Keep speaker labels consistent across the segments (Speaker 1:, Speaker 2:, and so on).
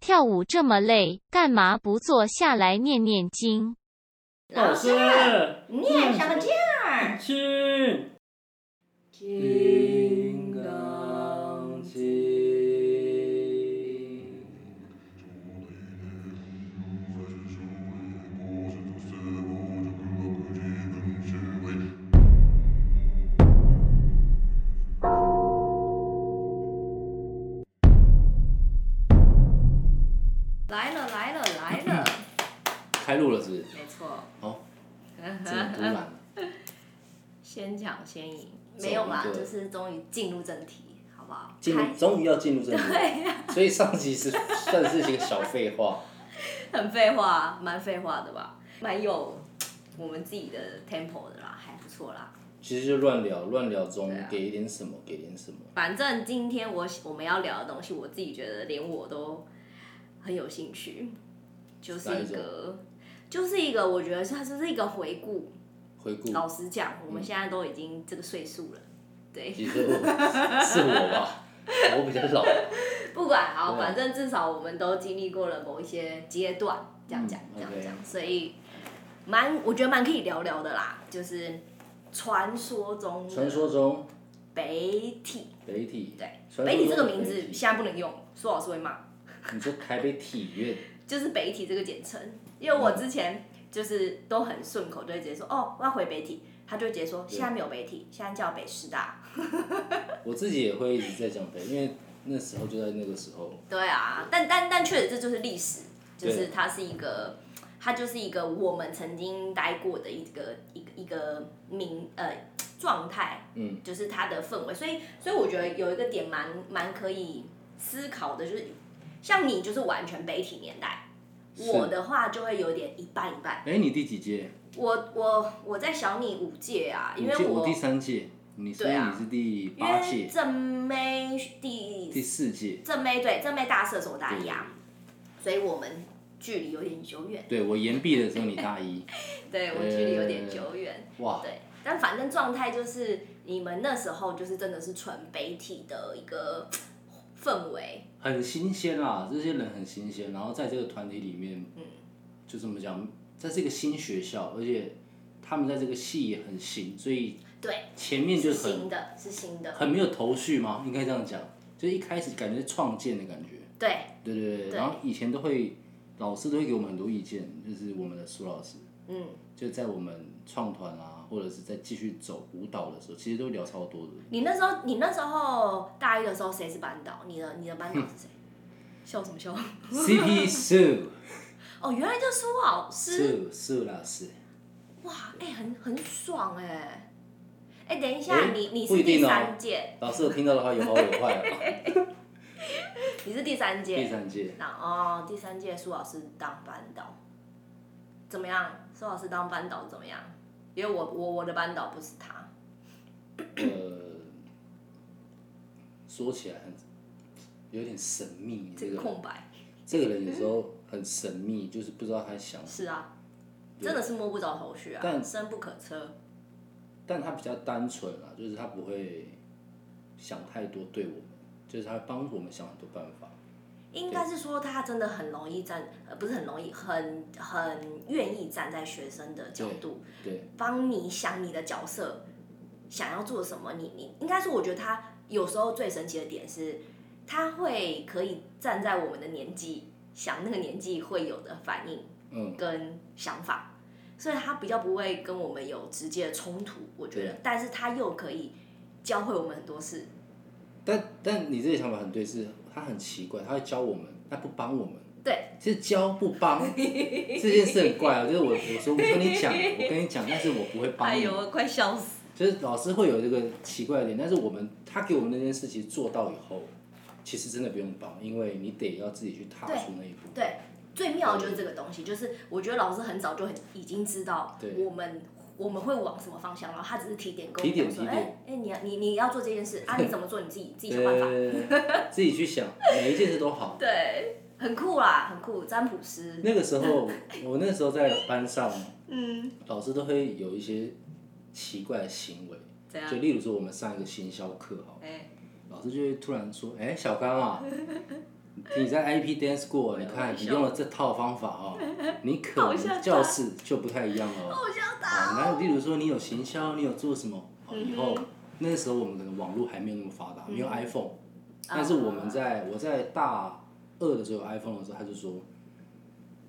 Speaker 1: 跳舞这么累，干嘛不坐下来念念经？
Speaker 2: 老师，
Speaker 3: 念什么经儿？
Speaker 2: 经
Speaker 4: 金刚经，
Speaker 3: 来了来了来了，
Speaker 2: 开录了是不是？
Speaker 3: 没错。
Speaker 2: 好，真的突然。
Speaker 3: 先讲先赢，
Speaker 2: 走
Speaker 3: 没有啦，
Speaker 2: 对
Speaker 3: 就是终于进入正题，好不好？
Speaker 2: 进
Speaker 3: 开
Speaker 2: 入，终于要进入正题，
Speaker 3: 对呀，
Speaker 2: 所以上集是算是一个小废话，
Speaker 3: 很废话，蛮废话的吧，蛮有我们自己的 tempo 的啦，还不错啦。
Speaker 2: 其实就乱聊，乱聊中
Speaker 3: 对啊
Speaker 2: 给一点什么，给一点什么。
Speaker 3: 反正今天我我们要聊的东西，我自己觉得连我都很有兴趣，就是
Speaker 2: 哪一
Speaker 3: 一个，就是一个，我觉得它就是一个回顾。
Speaker 2: 回顾
Speaker 3: 老实讲，我
Speaker 2: 嗯
Speaker 3: 们现在都已经这个岁数了，对，
Speaker 2: 其实我是我吧，我比较老，
Speaker 3: 不管好，
Speaker 2: 对啊
Speaker 3: 反正至少我们都经历过了某一些阶段，这样讲
Speaker 2: 嗯，
Speaker 3: 这样
Speaker 2: OK
Speaker 3: 讲，所以蛮我觉得蛮可以聊聊的啦，就是传说中的
Speaker 2: 传说中
Speaker 3: 北体，
Speaker 2: 北体，
Speaker 3: 对，
Speaker 2: 传说中
Speaker 3: 北体这个名
Speaker 2: 北
Speaker 3: 字
Speaker 2: 体
Speaker 3: 现在不能用，说老师会骂，
Speaker 2: 你说台北体院，
Speaker 3: 就是北体这个简称，因为
Speaker 2: 嗯
Speaker 3: 我之前就是都很顺口，就会直接说哦，我要回北体，他就会直接说
Speaker 2: 对
Speaker 3: 现在没有北体，现在叫北师大，
Speaker 2: 我自己也会一直在讲北，因为那时候就在那个时候，
Speaker 3: 对啊，但但但确实这就是历史，就
Speaker 2: 对
Speaker 3: 是它是一个，它就是一个我们曾经待过的一个一个一个名呃状态，
Speaker 2: 嗯，
Speaker 3: 就是它的氛围，所以所以我觉得有一个点蛮蛮可以思考的，就是像你就是完全北体年代，
Speaker 2: 是
Speaker 3: 我的话就会有点一半一半，
Speaker 2: 哎，你第几届？
Speaker 3: 我我我在小你五届啊，因为
Speaker 2: 届
Speaker 3: 我
Speaker 2: 第三届，你所以
Speaker 3: 对啊
Speaker 2: 你是第
Speaker 3: 因
Speaker 2: 八
Speaker 3: 为
Speaker 2: 届、
Speaker 3: 正妹第
Speaker 2: 第四届，
Speaker 3: 正妹对正妹大四的时候我大一啊，所以我们距离有点久远，
Speaker 2: 对我延毕的时候你大一，
Speaker 3: 对我距离有点久远，
Speaker 2: 哇，
Speaker 3: 对，呃但反正状态就是你们那时候就是真的是纯北体的一个氛围，
Speaker 2: 很新鲜啦，这些人很新鲜，然后在这个团体里面，
Speaker 3: 嗯
Speaker 2: 就这么讲，这是一个新学校，而且他们在这个系也很新，所以
Speaker 3: 对，
Speaker 2: 前面就是很
Speaker 3: 新的，是新的，
Speaker 2: 很没有头绪吗？应该这样讲，就是一开始感觉是创建的感觉，
Speaker 3: 对
Speaker 2: 对对对，
Speaker 3: 对
Speaker 2: 然后以前都会老师都会给我们很多意见，就是我们的苏老师，
Speaker 3: 嗯，
Speaker 2: 就在我们创团啊，或者是在继续走舞蹈的时候，其实都聊超多的。
Speaker 3: 你那时候你那时候大一的时候谁是班导？你的你的班导是谁？ 笑什么笑？
Speaker 2: CP Sue
Speaker 3: 哦，原来就是苏老师，
Speaker 2: Sue Sue 老师，
Speaker 3: 哇，哎、很很爽哎、哎、等一下，
Speaker 2: 哎
Speaker 3: 你你
Speaker 2: 不
Speaker 3: 是
Speaker 2: 一
Speaker 3: 第
Speaker 2: 定哦
Speaker 3: 三届，
Speaker 2: 老师有听到的话有好有坏啊。
Speaker 3: 你是第三届，
Speaker 2: 第三届，
Speaker 3: 然后哦第三届苏老师当班导，怎么样？苏老师当班导怎么样？因为我我我的班导不是他，
Speaker 2: 呃，说起来很有点神秘，
Speaker 3: 这
Speaker 2: 这
Speaker 3: 个
Speaker 2: 个
Speaker 3: 空白
Speaker 2: 这个人有时候很神秘，就是不知道他在想，
Speaker 3: 是啊，
Speaker 2: 对
Speaker 3: 真的是摸不着头绪啊，
Speaker 2: 但
Speaker 3: 深不可测。
Speaker 2: 但他比较单纯啊，就是他不会想太多对我们，就是他帮我们想很多办法。
Speaker 3: 应该是说他真的很容易站，呃，不是很容易，很很愿意站在学生的角度，
Speaker 2: 对，
Speaker 3: 帮你想你的角色想要做什么。你你应该说，我觉得他有时候最神奇的点是，他会可以站在我们的年纪想那个年纪会有的反应。
Speaker 2: 嗯，
Speaker 3: 跟想法，所以他比较不会跟我们有直接的冲突，我觉得
Speaker 2: 对，
Speaker 3: 但是他又可以教会我们很多事，
Speaker 2: 但但你这个想法很对，是他很奇怪，他会教我们，但不帮我们。
Speaker 3: 对，
Speaker 2: 其实教不帮 这件事很怪啊，就是我我说我跟你讲，我跟你讲，但是我不会帮你。，
Speaker 3: 哎快笑死！
Speaker 2: 就是老师会有这个奇怪的点，但是我们他给我们那件事情做到以后，其实真的不用帮，因为你得要自己去踏出那一步。
Speaker 3: 对，最妙的就是这个东西，就是我觉得老师很早就很已经知道
Speaker 2: 对
Speaker 3: 我们。我们会往什么方向，然后他只是提点跟我
Speaker 2: 提
Speaker 3: 们
Speaker 2: 点
Speaker 3: 讲说，
Speaker 2: 提
Speaker 3: 哎
Speaker 2: 点
Speaker 3: 哎、你要你你要做这件 事啊，你怎么做你自己自己想办法。
Speaker 2: 呃，自己去想，每一件事都好。
Speaker 3: 对，很酷啦，很酷，占卜师。
Speaker 2: 那个时候，我那时候在班上，
Speaker 3: 嗯，
Speaker 2: 老师都会有一些奇怪的行为，
Speaker 3: 怎样
Speaker 2: 就？例如说我们上一个行销课哈，
Speaker 3: 哎、
Speaker 2: 老师就会突然说：“哎、小刚啊，你在 IP Dance 过，你看你用了这套方法 哦，你可能教室就不太一样了哦。
Speaker 3: 我想
Speaker 2: 啊，
Speaker 3: 打
Speaker 2: 那
Speaker 3: 哦。
Speaker 2: 例如说你有行销，你有做什么？哦以后、
Speaker 3: 嗯哼嗯
Speaker 2: 那时候我们可能网络还没有那么发达，没有 iPhone，、
Speaker 3: 啊
Speaker 2: 但是我们在我在大二的时候有 iPhone 的时候，他就说，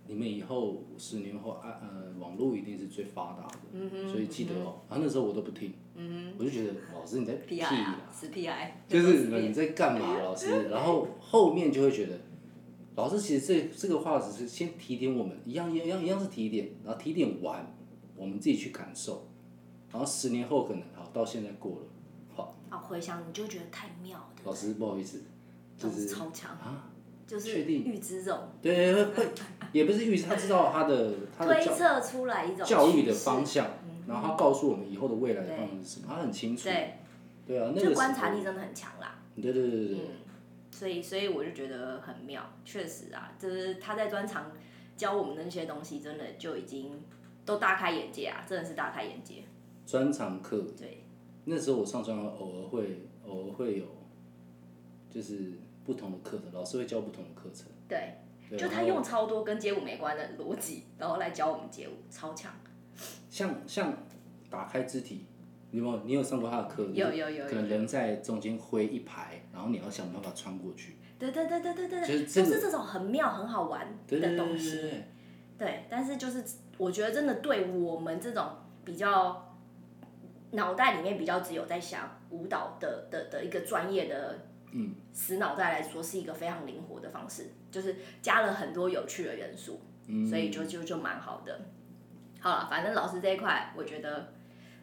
Speaker 2: 你们以后十年后啊呃网络一定是最发达的，
Speaker 3: 嗯
Speaker 2: 所以记得哦。然后那时候我都不听，我就觉得老师你在屁
Speaker 3: P
Speaker 2: 啦
Speaker 3: I 啊，死 P I，
Speaker 2: 就是你在干嘛，老师？然后后面就会觉得，老师其实这这个话只是先提点我们，一样一样一样是提点，然后提点完，我们自己去感受，然后十年后可能好到现在过了，好，
Speaker 3: 啊，回想你就觉得太妙了，对
Speaker 2: 老
Speaker 3: 不对？
Speaker 2: 师不好意思，就
Speaker 3: 老师
Speaker 2: 是
Speaker 3: 超强，
Speaker 2: 啊，
Speaker 3: 就是
Speaker 2: 确定
Speaker 3: 预知这种
Speaker 2: 对对对会也不是预知，他知道他的他的
Speaker 3: 推
Speaker 2: 教
Speaker 3: 测出来一种
Speaker 2: 教育的
Speaker 3: 趋势嗯
Speaker 2: 方向，然后他告诉我们以后的未来的方向是什么，他很清楚，
Speaker 3: 对，
Speaker 2: 对啊，那个
Speaker 3: 就
Speaker 2: 时
Speaker 3: 观察
Speaker 2: 候
Speaker 3: 力真的很强啦。
Speaker 2: 对对对对对，
Speaker 3: 嗯所以，所以我就觉得很妙，确实啊，就是他在专场教我们的那些东西，真的就已经都大开眼界啊，真的是大开眼界。
Speaker 2: 专场课
Speaker 3: 对，
Speaker 2: 那时候我上专栏偶尔会偶尔会有，就是不同的课程，老师会教不同的课程。
Speaker 3: 对，
Speaker 2: 对
Speaker 3: 就他
Speaker 2: 然后
Speaker 3: 用超多跟街舞没关的逻辑，然后来教我们街舞，超强。
Speaker 2: 像像打开肢体，你有没有你有上过他的课？
Speaker 3: 有有有
Speaker 2: 可能
Speaker 3: 有，
Speaker 2: 人在中间挥一排，然后你要想办法穿过去。
Speaker 3: 对对对对对对，
Speaker 2: 其实这
Speaker 3: 就
Speaker 2: 个
Speaker 3: 是这种很妙很好玩
Speaker 2: 对对
Speaker 3: 的
Speaker 2: 对
Speaker 3: 东
Speaker 2: 对
Speaker 3: 西。
Speaker 2: 对对。
Speaker 3: 对，但是就是我觉得真的对我们这种比较脑袋里面比较只有在想舞蹈的的的一个专业的
Speaker 2: 嗯
Speaker 3: 死脑袋来说，是一个非常灵活的方式，就是加了很多有趣的元素，
Speaker 2: 嗯，
Speaker 3: 所以就就就蛮好的。好了，反正老师这一块，我觉得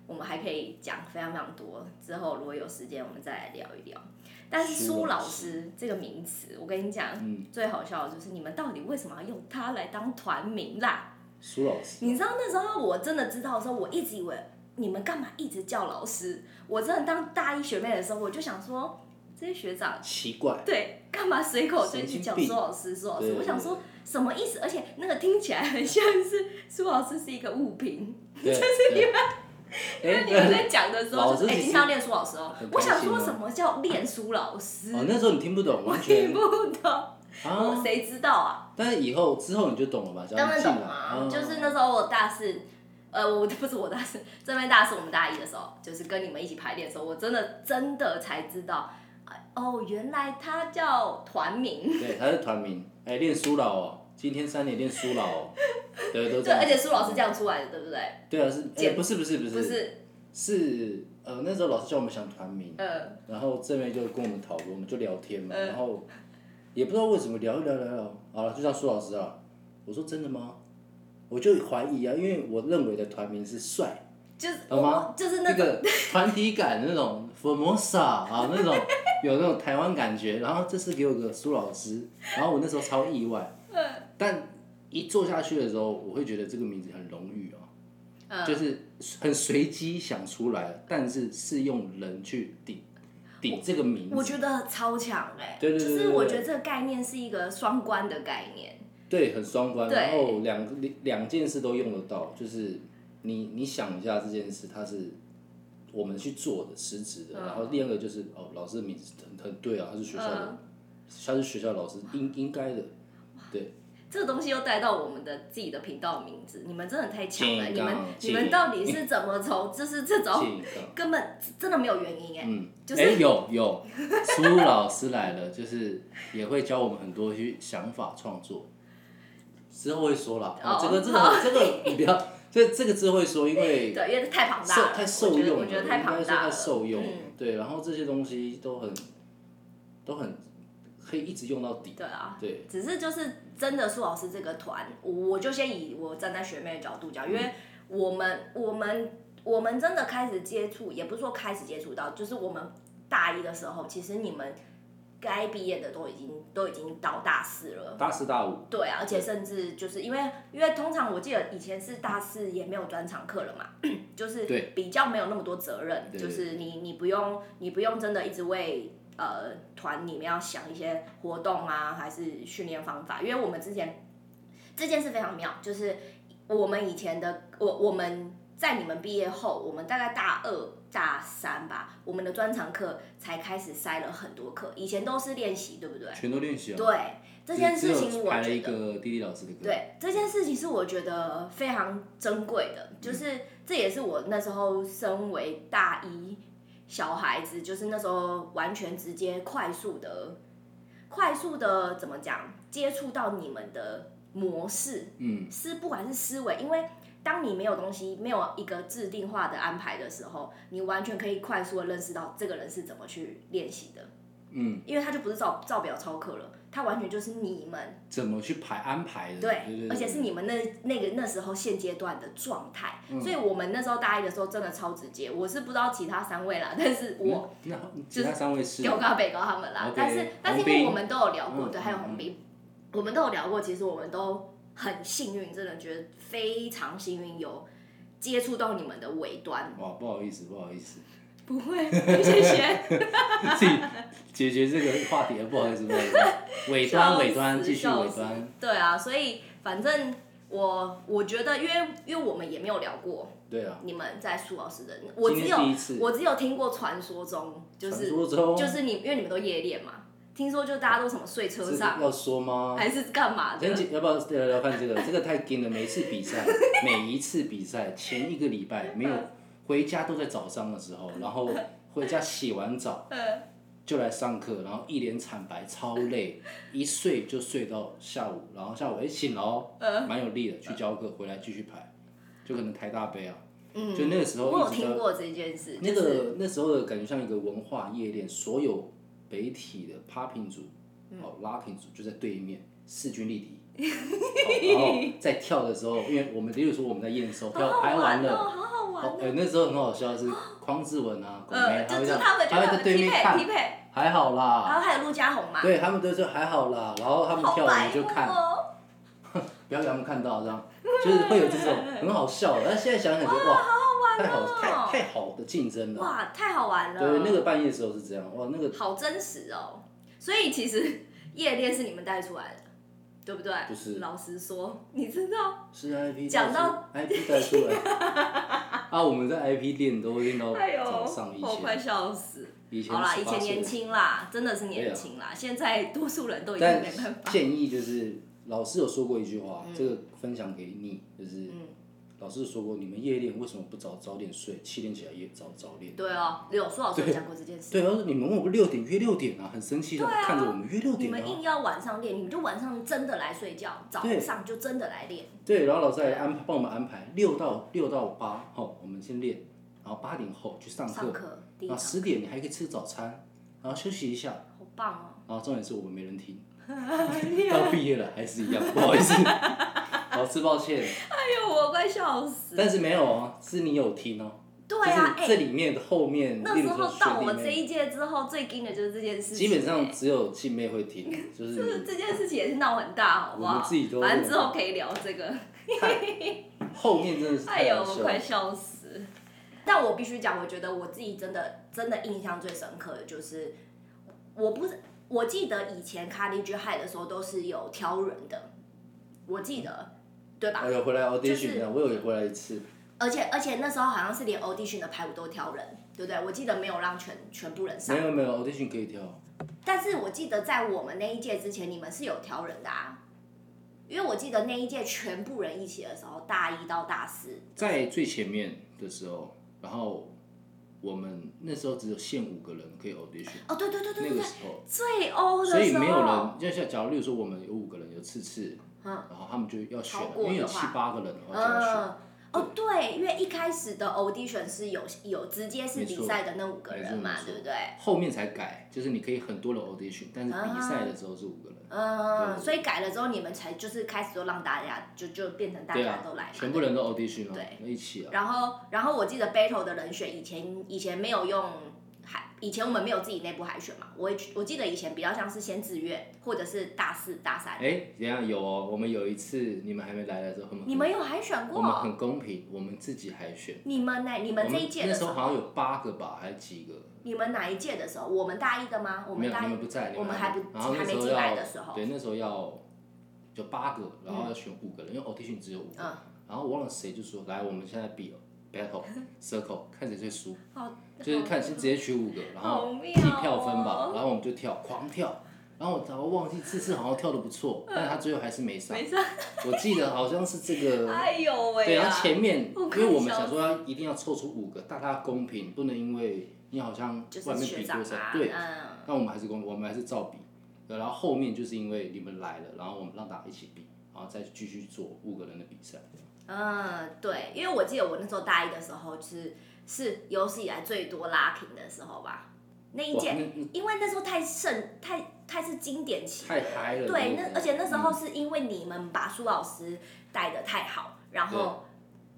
Speaker 3: 我们还可以讲非常非常多。之后如果有时间，我们再来聊一聊。但是
Speaker 2: 苏
Speaker 3: 苏
Speaker 2: 老
Speaker 3: 老师这个名词，我跟你讲，
Speaker 2: 嗯
Speaker 3: 最好笑的就是你们到底为什么要用它来当团名啦？
Speaker 2: 苏老师，
Speaker 3: 你知道那时候我真的知道的时候，我一直以为你们干嘛一直叫老师？我真的当大一学妹的时候，我就想说这些学长
Speaker 2: 奇怪，
Speaker 3: 对干嘛随口就一直叫
Speaker 2: 神经病
Speaker 3: 苏老师苏老
Speaker 2: 对
Speaker 3: 师，
Speaker 2: 对
Speaker 3: 我想说什么意思？而且那个听起来很像是苏老师是一个物品，
Speaker 2: 对，就是你 们，哎，
Speaker 3: 你们在讲的时候
Speaker 2: 老
Speaker 3: 就
Speaker 2: 师
Speaker 3: 是哎、
Speaker 2: 其实
Speaker 3: 今天要练苏老师哦
Speaker 2: 很，开
Speaker 3: 我想
Speaker 2: 心
Speaker 3: 说
Speaker 2: 哦
Speaker 3: 什么叫练苏老师？
Speaker 2: 哦，那时候你听不懂，
Speaker 3: 我
Speaker 2: 完
Speaker 3: 听
Speaker 2: 全
Speaker 3: 不懂，
Speaker 2: 啊。
Speaker 3: 谁知道啊？
Speaker 2: 但是以后之后你就懂了吧？只要
Speaker 3: 当
Speaker 2: 你
Speaker 3: 然
Speaker 2: 进
Speaker 3: 懂
Speaker 2: 来
Speaker 3: 啊
Speaker 2: 啊，，
Speaker 3: 就是那时候我大四，呃，我不是我大四，这边大四我们大一的时候，就是跟你们一起排练的时候，我真的真的才知道，哎哦，原来他叫团名，
Speaker 2: 对，他是团名，哎、练苏老哦，今天三点练苏老哦，对，都这
Speaker 3: 对，
Speaker 2: 样。
Speaker 3: 而且苏老师这样出来的，对不对？
Speaker 2: 对啊，是哎、
Speaker 3: 简
Speaker 2: 不是不是不是
Speaker 3: 不是，
Speaker 2: 是呃那时候老师叫我们想团名，
Speaker 3: 呃，
Speaker 2: 然后这边就跟我们讨论，我们就聊天嘛，
Speaker 3: 嗯
Speaker 2: 然后也不知道为什么聊一聊聊一聊，好了，就叫苏老师啊，我说真的吗？我就怀疑啊，因为我认为的团名是帅，
Speaker 3: 就是
Speaker 2: 懂吗
Speaker 3: 我就是那
Speaker 2: 那
Speaker 3: 个
Speaker 2: 个团体感那种 Formosa 啊，那种 有那种台湾感觉。然后这次给我个苏老师，然后我那时候超意外，
Speaker 3: 嗯
Speaker 2: 但一做下去的时候，我会觉得这个名字很荣誉啊，
Speaker 3: 嗯
Speaker 2: 就是很随机想出来，但是是用人去顶顶这个名
Speaker 3: 我
Speaker 2: 字，
Speaker 3: 觉得超强哎、
Speaker 2: 对对
Speaker 3: 就
Speaker 2: 对
Speaker 3: 是
Speaker 2: 对
Speaker 3: 我
Speaker 2: 对
Speaker 3: 觉得这个概念是一个双关的概念，
Speaker 2: 对，很双关。
Speaker 3: 对
Speaker 2: 然后两两件事都用得到，就是你你想一下这件事，它是。我们去做的实质的，然后第二个就是哦，老师的名字很很对啊，他是学校的
Speaker 3: 嗯，
Speaker 2: 他是学校老师应应该的，对，
Speaker 3: 这个东西又带到我们的自己的频道名字，你们真的太强了，
Speaker 2: 请
Speaker 3: 你们
Speaker 2: 杠
Speaker 3: 你
Speaker 2: 请
Speaker 3: 们到底是怎么从就是这种
Speaker 2: 进一个，
Speaker 3: 根本真的没有原因哎、
Speaker 2: 嗯，
Speaker 3: 就是
Speaker 2: 哎有有，苏老师来了，就是也会教我们很多去想法创作，之后会说了，
Speaker 3: 哦
Speaker 2: 哦，这个这个这个你不要，这这个之后会说，因为
Speaker 3: 对，因为太庞大
Speaker 2: 受
Speaker 3: 了，
Speaker 2: 太受用了，
Speaker 3: 我觉得我觉得太
Speaker 2: 应该
Speaker 3: 庞
Speaker 2: 说
Speaker 3: 大
Speaker 2: 太
Speaker 3: 了，
Speaker 2: 受用了
Speaker 3: 嗯，
Speaker 2: 对，然后这些东西都很都很可以一直用到底，
Speaker 3: 对啊，
Speaker 2: 对，
Speaker 3: 只是就是真的苏老师这个团，我我就先以我站在学妹的角度讲，因为我们我们我们真的开始接触，也不是说开始接触到，就是我们大一的时候，其实你们该毕业的都已经都已经到大四了，
Speaker 2: 大四大五，
Speaker 3: 对啊，而且甚至就是因为，因为通常我记得以前是大四也没有专场课了嘛， 就是
Speaker 2: 对
Speaker 3: 比较没有那么多责任，
Speaker 2: 对
Speaker 3: 就是你你不用你不用真的一直为呃团里面要想一些活动啊，还是训练方法，因为我们之前这件事非常妙，就是我们以前的我我们在你们毕业后，我们大概大二大三吧，我们的专场课才开始塞了很多课，以前都是练习，对不对？
Speaker 2: 全都练习了。
Speaker 3: 对这件事
Speaker 2: 只
Speaker 3: 情，
Speaker 2: 有
Speaker 3: 我
Speaker 2: 排了
Speaker 3: 觉
Speaker 2: 一
Speaker 3: 得
Speaker 2: 个弟弟老师的歌。，
Speaker 3: 对这件事情是我觉得非常珍贵的，就是这也是我那时候身为大一小孩子，就是那时候完全直接快速的、快速的怎么讲接触到你们的模式，
Speaker 2: 嗯，
Speaker 3: 思不管是思维，因为当你没有东西、没有一个制定化的安排的时候，你完全可以快速的认识到这个人是怎么去练习的，
Speaker 2: 嗯，
Speaker 3: 因为他就不是照照表操课了，他完全就是你们
Speaker 2: 怎么去排安排的？
Speaker 3: 对，
Speaker 2: 对对，
Speaker 3: 而且是
Speaker 2: 对
Speaker 3: 你们那那个那时候现阶段的状态，
Speaker 2: 嗯
Speaker 3: 所以我们那时候大一的时候真的超直接。我是不知道其他三位啦，但是我
Speaker 2: 那其他三位嗯是
Speaker 3: 有告北高他们啦
Speaker 2: OK，，
Speaker 3: 但是但是因
Speaker 2: 红
Speaker 3: 为
Speaker 2: 兵
Speaker 3: 我们都有聊过，
Speaker 2: 嗯
Speaker 3: 对，还有
Speaker 2: 嗯
Speaker 3: 红
Speaker 2: 嗯
Speaker 3: 兵，我们都有聊过，其实我们都很幸运，真的觉得非常幸运有接触到你们的尾端，
Speaker 2: 哇，不好意思，不好意思，
Speaker 3: 不会， 谢谢。
Speaker 2: 自己解决这个话题，不好意思，不好意 思， 尾端尾端继续尾端，。
Speaker 3: 对啊，所以反正我我觉得，因为因为我们也没有聊过
Speaker 2: 对啊，
Speaker 3: 你们在苏老师的，我
Speaker 2: 今
Speaker 3: 只
Speaker 2: 天
Speaker 3: 有
Speaker 2: 第一次，
Speaker 3: 我只有听过传说中，就
Speaker 2: 传
Speaker 3: 是
Speaker 2: 说中
Speaker 3: 就是你，因为你们都夜练嘛，听说就大家都什么睡车
Speaker 2: 这
Speaker 3: 上
Speaker 2: 要说吗？
Speaker 3: 还是干嘛的
Speaker 2: 跟，姐要不要聊聊看这个？这个太紧了，每一次比赛，每一次比赛前一个礼拜没有回家都在早上的时候，然后回家洗完澡
Speaker 3: 嗯，
Speaker 2: 就来上课，然后一脸惨白，超累，一睡就睡到下午，然后下午哎醒了
Speaker 3: 嗯
Speaker 2: 哦，蛮有力的，去教课回来继续排，就可能抬大杯啊，就那个时候
Speaker 3: 嗯我有
Speaker 2: 一直在
Speaker 3: 听过这件事，
Speaker 2: 那
Speaker 3: 就是
Speaker 2: 个那时候的感觉像一个文化夜店，所有北体的 popping 组、
Speaker 3: 嗯
Speaker 2: 哦 locking 组就在对面势均力敌。 好然后在跳的时候，因为我们例如说我们在验收，
Speaker 3: 好
Speaker 2: 跳
Speaker 3: 好
Speaker 2: 排完
Speaker 3: 玩哦，
Speaker 2: 了，
Speaker 3: 好好玩
Speaker 2: 哦
Speaker 3: 哦，
Speaker 2: 呃那时候很好笑的是匡志文啊、巩梅，
Speaker 3: 嗯，
Speaker 2: 他
Speaker 3: 就
Speaker 2: 会这
Speaker 3: 是
Speaker 2: 样，
Speaker 3: 他们就
Speaker 2: 他会
Speaker 3: 他
Speaker 2: 在
Speaker 3: 们
Speaker 2: 对
Speaker 3: 匹
Speaker 2: 面
Speaker 3: 配
Speaker 2: 看
Speaker 3: 匹，配，
Speaker 2: 还好
Speaker 3: 然后
Speaker 2: 啦，
Speaker 3: 还有陆家宏嘛，
Speaker 2: 对他们都说还好啦，然后他们
Speaker 3: 好
Speaker 2: 跳完
Speaker 3: 白
Speaker 2: 你就看，
Speaker 3: 哦，
Speaker 2: 不要给他们看到，这 样就是会有这种很好笑的，但现在想想觉得哇，
Speaker 3: 哦
Speaker 2: 太好太太好的竞争了，
Speaker 3: 哇，太好玩了，
Speaker 2: 对，那个半夜的时候是这样，哇，那个
Speaker 3: 好真实哦。所以其实夜店是你们带出来的，对不对？
Speaker 2: 不是
Speaker 3: 老实说，你知道
Speaker 2: 是 IP
Speaker 3: 讲
Speaker 2: 带
Speaker 3: 到
Speaker 2: 出 IP 带出来啊，我们在 IP 店都练到
Speaker 3: 哎呦，
Speaker 2: 哦早上以
Speaker 3: 我快
Speaker 2: 前，
Speaker 3: 笑死。
Speaker 2: 以前
Speaker 3: 好啦，
Speaker 2: 18
Speaker 3: 以前年
Speaker 2: 岁，啊
Speaker 3: 轻啦，真的是年轻啦。现在多数人都已经
Speaker 2: 但
Speaker 3: 没办法。
Speaker 2: 建议就是老师有说过一句话，这个分享给你，就是
Speaker 3: 嗯，
Speaker 2: 老师有说过，你们夜练为什么不早早点睡，七点起来也早早练？
Speaker 3: 对哦，有苏老师有讲过这件事。
Speaker 2: 对，然啊后你们问我六点约六点啊，很生气的、看着我们约六
Speaker 3: 你
Speaker 2: 点
Speaker 3: 们
Speaker 2: 啊
Speaker 3: 硬，要晚上练，你们就晚上真的来睡觉，早
Speaker 2: 对
Speaker 3: 上就真的来练。
Speaker 2: 对，然后老师还安排帮我们安排六到六到八，好，我们先练，然后八点后去上
Speaker 3: 上
Speaker 2: 课，
Speaker 3: 课第一
Speaker 2: 然后
Speaker 3: 堂，
Speaker 2: 啊十点你还可以吃早餐，然后休息一下，
Speaker 3: 好棒哦。
Speaker 2: 然后重点是我们没人 听，到毕业了还是一样，不好意思， 老师抱歉，
Speaker 3: 哎呦，我快笑死。
Speaker 2: 但是没有啊，是你有听哦，
Speaker 3: 对啊，
Speaker 2: 就
Speaker 3: 哎、
Speaker 2: 是这里面的后面，
Speaker 3: 那
Speaker 2: 例如
Speaker 3: 时
Speaker 2: 说
Speaker 3: 候到我
Speaker 2: 学
Speaker 3: 们
Speaker 2: 弟
Speaker 3: 这
Speaker 2: 妹，
Speaker 3: 一届之后，最惊的就是这件事情、
Speaker 2: 基本上
Speaker 3: 哎
Speaker 2: 只有亲妹会 听，就
Speaker 3: 就是
Speaker 2: 是
Speaker 3: 这件事情也是闹很大，好不好？
Speaker 2: 我们自己都
Speaker 3: 反正之后可以聊这个。
Speaker 2: 后面真的是
Speaker 3: 哎
Speaker 2: 太搞
Speaker 3: 呦，我
Speaker 2: 笑
Speaker 3: 快
Speaker 2: 了，
Speaker 3: 笑死！但我必须讲，我觉得我自己真的真的印象最深刻的就是，我不是我记得以前卡利居海的时候都是有挑人的，我记得对吧？
Speaker 2: 哎呦，回来
Speaker 3: 就是
Speaker 2: audition 这样我有回来一次，
Speaker 3: 而且而且那时候好像是连 audition 的排舞都挑人，对不对？我记得没有让全全部人上
Speaker 2: 没，有没有 audition 可以跳，
Speaker 3: 但是我记得在我们那一届之前，你们是有挑人的啊。因为我记得那一届全部人一起的时候，大一到大四，
Speaker 2: 在最前面的时候，然后我们那时候只有限五个人可以 audition，
Speaker 3: 哦，对对对对
Speaker 2: 那
Speaker 3: 对
Speaker 2: 个
Speaker 3: 对，
Speaker 2: 时候。
Speaker 3: 最欧的时
Speaker 2: 所
Speaker 3: 候，
Speaker 2: 以没有人，就像假如例如说我们有五个人有次次，
Speaker 3: 嗯
Speaker 2: 然后他们就要选
Speaker 3: 超，过
Speaker 2: 因
Speaker 3: 的话
Speaker 2: 为有七八个人的话就要选，
Speaker 3: 嗯，哦，对，因为一开始的 audition 是有有直接是比赛的那五个人嘛
Speaker 2: 没，错没
Speaker 3: 对
Speaker 2: 错
Speaker 3: 不对？
Speaker 2: 后面才改，就是你可以很多人 audition，但是比赛的时候是五个人，
Speaker 3: 嗯，
Speaker 2: 对
Speaker 3: 所以改了之后，你们才就是开始就让大家就就变成大
Speaker 2: 对
Speaker 3: 家
Speaker 2: 啊
Speaker 3: 都来嘛，，
Speaker 2: 全部人都 audition 了
Speaker 3: 对，
Speaker 2: 一起啊，
Speaker 3: 然后，然后我记得 battle 的人选以前以前没有用海，以前我们没有自己内部海选嘛。我也我记得以前比较像是先自愿，或者是大四大三。
Speaker 2: 哎，怎样有哦？我们有一次你们还没来的时候，我们
Speaker 3: 你们有海选
Speaker 2: 我们
Speaker 3: 过？
Speaker 2: 很公平，我们自己海选，
Speaker 3: 你们呢？你
Speaker 2: 我
Speaker 3: 们这一届
Speaker 2: 那
Speaker 3: 的
Speaker 2: 时
Speaker 3: 时
Speaker 2: 候
Speaker 3: 候，
Speaker 2: 好像有八个吧，还是几个？
Speaker 3: 你们哪一届的时候？我们大一的吗？我
Speaker 2: 没
Speaker 3: 们
Speaker 2: 有，
Speaker 3: 大
Speaker 2: 你
Speaker 3: 一
Speaker 2: 们不在，
Speaker 3: 我们
Speaker 2: 还
Speaker 3: 还不
Speaker 2: 然后那
Speaker 3: 还没
Speaker 2: 时候
Speaker 3: 进来
Speaker 2: 要
Speaker 3: 的时候
Speaker 2: 对，那时候要就八个，然后要选五个人，因为 audition 只有五个，
Speaker 3: 嗯
Speaker 2: 然后我忘了谁就说来，我们现在比 battle battle circle，看谁最输，
Speaker 3: 好，
Speaker 2: 就是看先直接取五个，然
Speaker 3: 好
Speaker 2: 后
Speaker 3: 妙
Speaker 2: 计票分吧
Speaker 3: 哦，
Speaker 2: 然后我们就跳，狂跳。然后我早忘记这次好像跳的不错，但他最后还是没上。
Speaker 3: 嗯没 事，
Speaker 2: 我记得好像是这个，
Speaker 3: 哎呦喂、啊，
Speaker 2: 对，然后前面，
Speaker 3: 我
Speaker 2: 因
Speaker 3: 快
Speaker 2: 为我们
Speaker 3: 笑
Speaker 2: 想说要一定要凑出五个，大家公平，不能因为你好像
Speaker 3: 就是
Speaker 2: 外面
Speaker 3: 学
Speaker 2: 比
Speaker 3: 长
Speaker 2: 多少，
Speaker 3: 啊，
Speaker 2: 对，
Speaker 3: 嗯，
Speaker 2: 那我们还是公，我们还是照比。对然后后面就是因为你们来了，然后我们让大家一起比，然后再继续做五个人的比赛。
Speaker 3: 嗯，对，因为我记得我那时候大一的时候、就是是有史以来最多拉 king 的时候吧，那一
Speaker 2: 哇，
Speaker 3: 届，
Speaker 2: 那那
Speaker 3: 因为那时候太盛太太是经典期，
Speaker 2: 太嗨了。
Speaker 3: 对，嗯
Speaker 2: 个嗯
Speaker 3: 那而且那时候是因为你们把苏老师带的太好，然后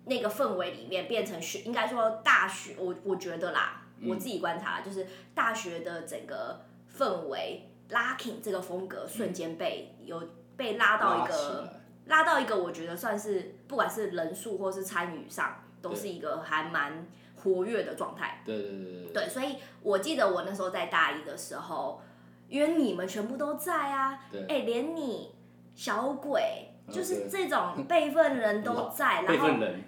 Speaker 3: 那个氛围里面变成学，应该说大学，我我觉得啦，我自己观察就是大学的整个氛围，locking 这个风格瞬间被有被拉到一个拉到一个我觉得算是不管是人数或是参与上，都是一个还蛮活跃的状态。
Speaker 2: 对对对对对，
Speaker 3: 对，所以我记得我那时候在大一的时候，因为你们全部都在啊，
Speaker 2: 对
Speaker 3: 哎、连你小鬼
Speaker 2: 嗯
Speaker 3: 就是
Speaker 2: 对
Speaker 3: 这种备份人都在，
Speaker 2: 备
Speaker 3: 然
Speaker 2: 份
Speaker 3: 后
Speaker 2: 人，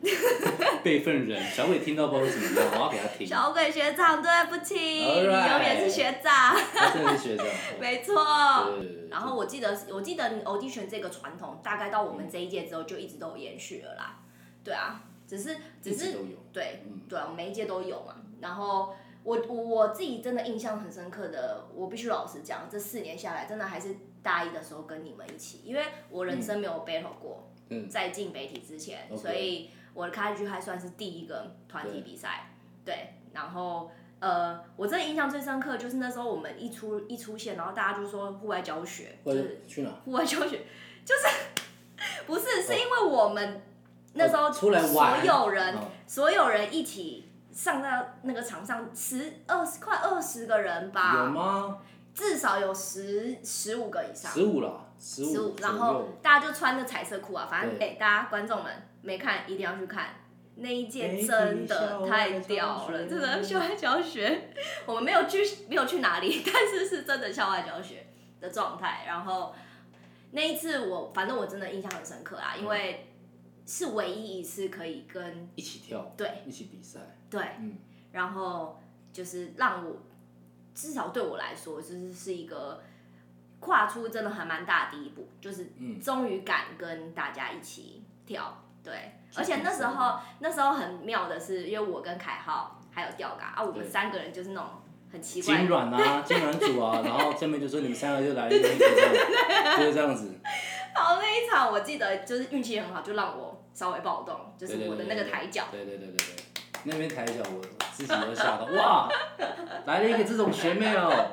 Speaker 2: 备份人，小伟听到不知道怎么样，我要给他听，
Speaker 3: 小鬼学长，对不起
Speaker 2: Alright
Speaker 3: 你永远是学长，
Speaker 2: 他真的是学长。
Speaker 3: 没错。
Speaker 2: 对对对对
Speaker 3: 然后我记得，我记得 audition 这个传统，大概到我们这一届之后就一直都有延续了啦。对啊，只是只
Speaker 2: 一直
Speaker 3: 是
Speaker 2: 都有，
Speaker 3: 对
Speaker 2: 嗯
Speaker 3: 对啊，我们每一届都有嘛。然后我我我自己真的印象很深刻的，我必须老实讲，这四年下来，真的还是大一的时候跟你们一起，因为我人生没有 battle 过，
Speaker 2: 嗯
Speaker 3: 在进北体之前，
Speaker 2: OK
Speaker 3: 所以我的开局还算是第一个团体比赛，对，然后。呃，我真的印象最深刻就是那时候我们一出一出现，然后大家就说户外教学，就
Speaker 2: 或者
Speaker 3: 是
Speaker 2: 去哪？
Speaker 3: 户外教学，就是不是 是因为我们那时候
Speaker 2: 哦出来玩
Speaker 3: 所有人
Speaker 2: 哦
Speaker 3: 所有人一起上到那个场上，十二十快二十个人
Speaker 2: 有
Speaker 3: 吧，
Speaker 2: 吗？
Speaker 3: 至少有十十五个以上，
Speaker 2: 十五啦，十
Speaker 3: 十
Speaker 2: 五
Speaker 3: 五，然后大家就穿着彩色裤啊，反正哎、
Speaker 2: 对
Speaker 3: 大家观众们没看一定要去看。那一届真的太屌了，真的校外教学，我们没有去没有去哪里，但是是真的校外教学的状态。然后那一次我反正我真的印象很深刻啊，因为是唯一一次可以跟
Speaker 2: 一起跳，
Speaker 3: 对
Speaker 2: 一起比赛，
Speaker 3: 对
Speaker 2: 嗯，
Speaker 3: 然后就是让我至少对我来说，就是是一个跨出真的还蛮大的第一步，就是
Speaker 2: 嗯
Speaker 3: 终于敢跟大家一起跳，对，
Speaker 2: 去
Speaker 3: 而且那
Speaker 2: 比
Speaker 3: 时
Speaker 2: 赛
Speaker 3: 候那时候很妙的是，因为我跟凯浩还有吊嘎啊，我们
Speaker 2: 对
Speaker 3: 三个人就是那种很奇怪
Speaker 2: 金
Speaker 3: 的，
Speaker 2: 软啊，金软组啊，然后下面就说你们三个就来 一个这样，就是这样子，
Speaker 3: 然后那一场我记得就是运气很好，就让我稍微暴动，就
Speaker 2: 对
Speaker 3: 是
Speaker 2: 对对
Speaker 3: 我的那个抬脚，
Speaker 2: 对对对对对，那边抬脚我自己都吓 到，哇，来了一个这种学妹哦，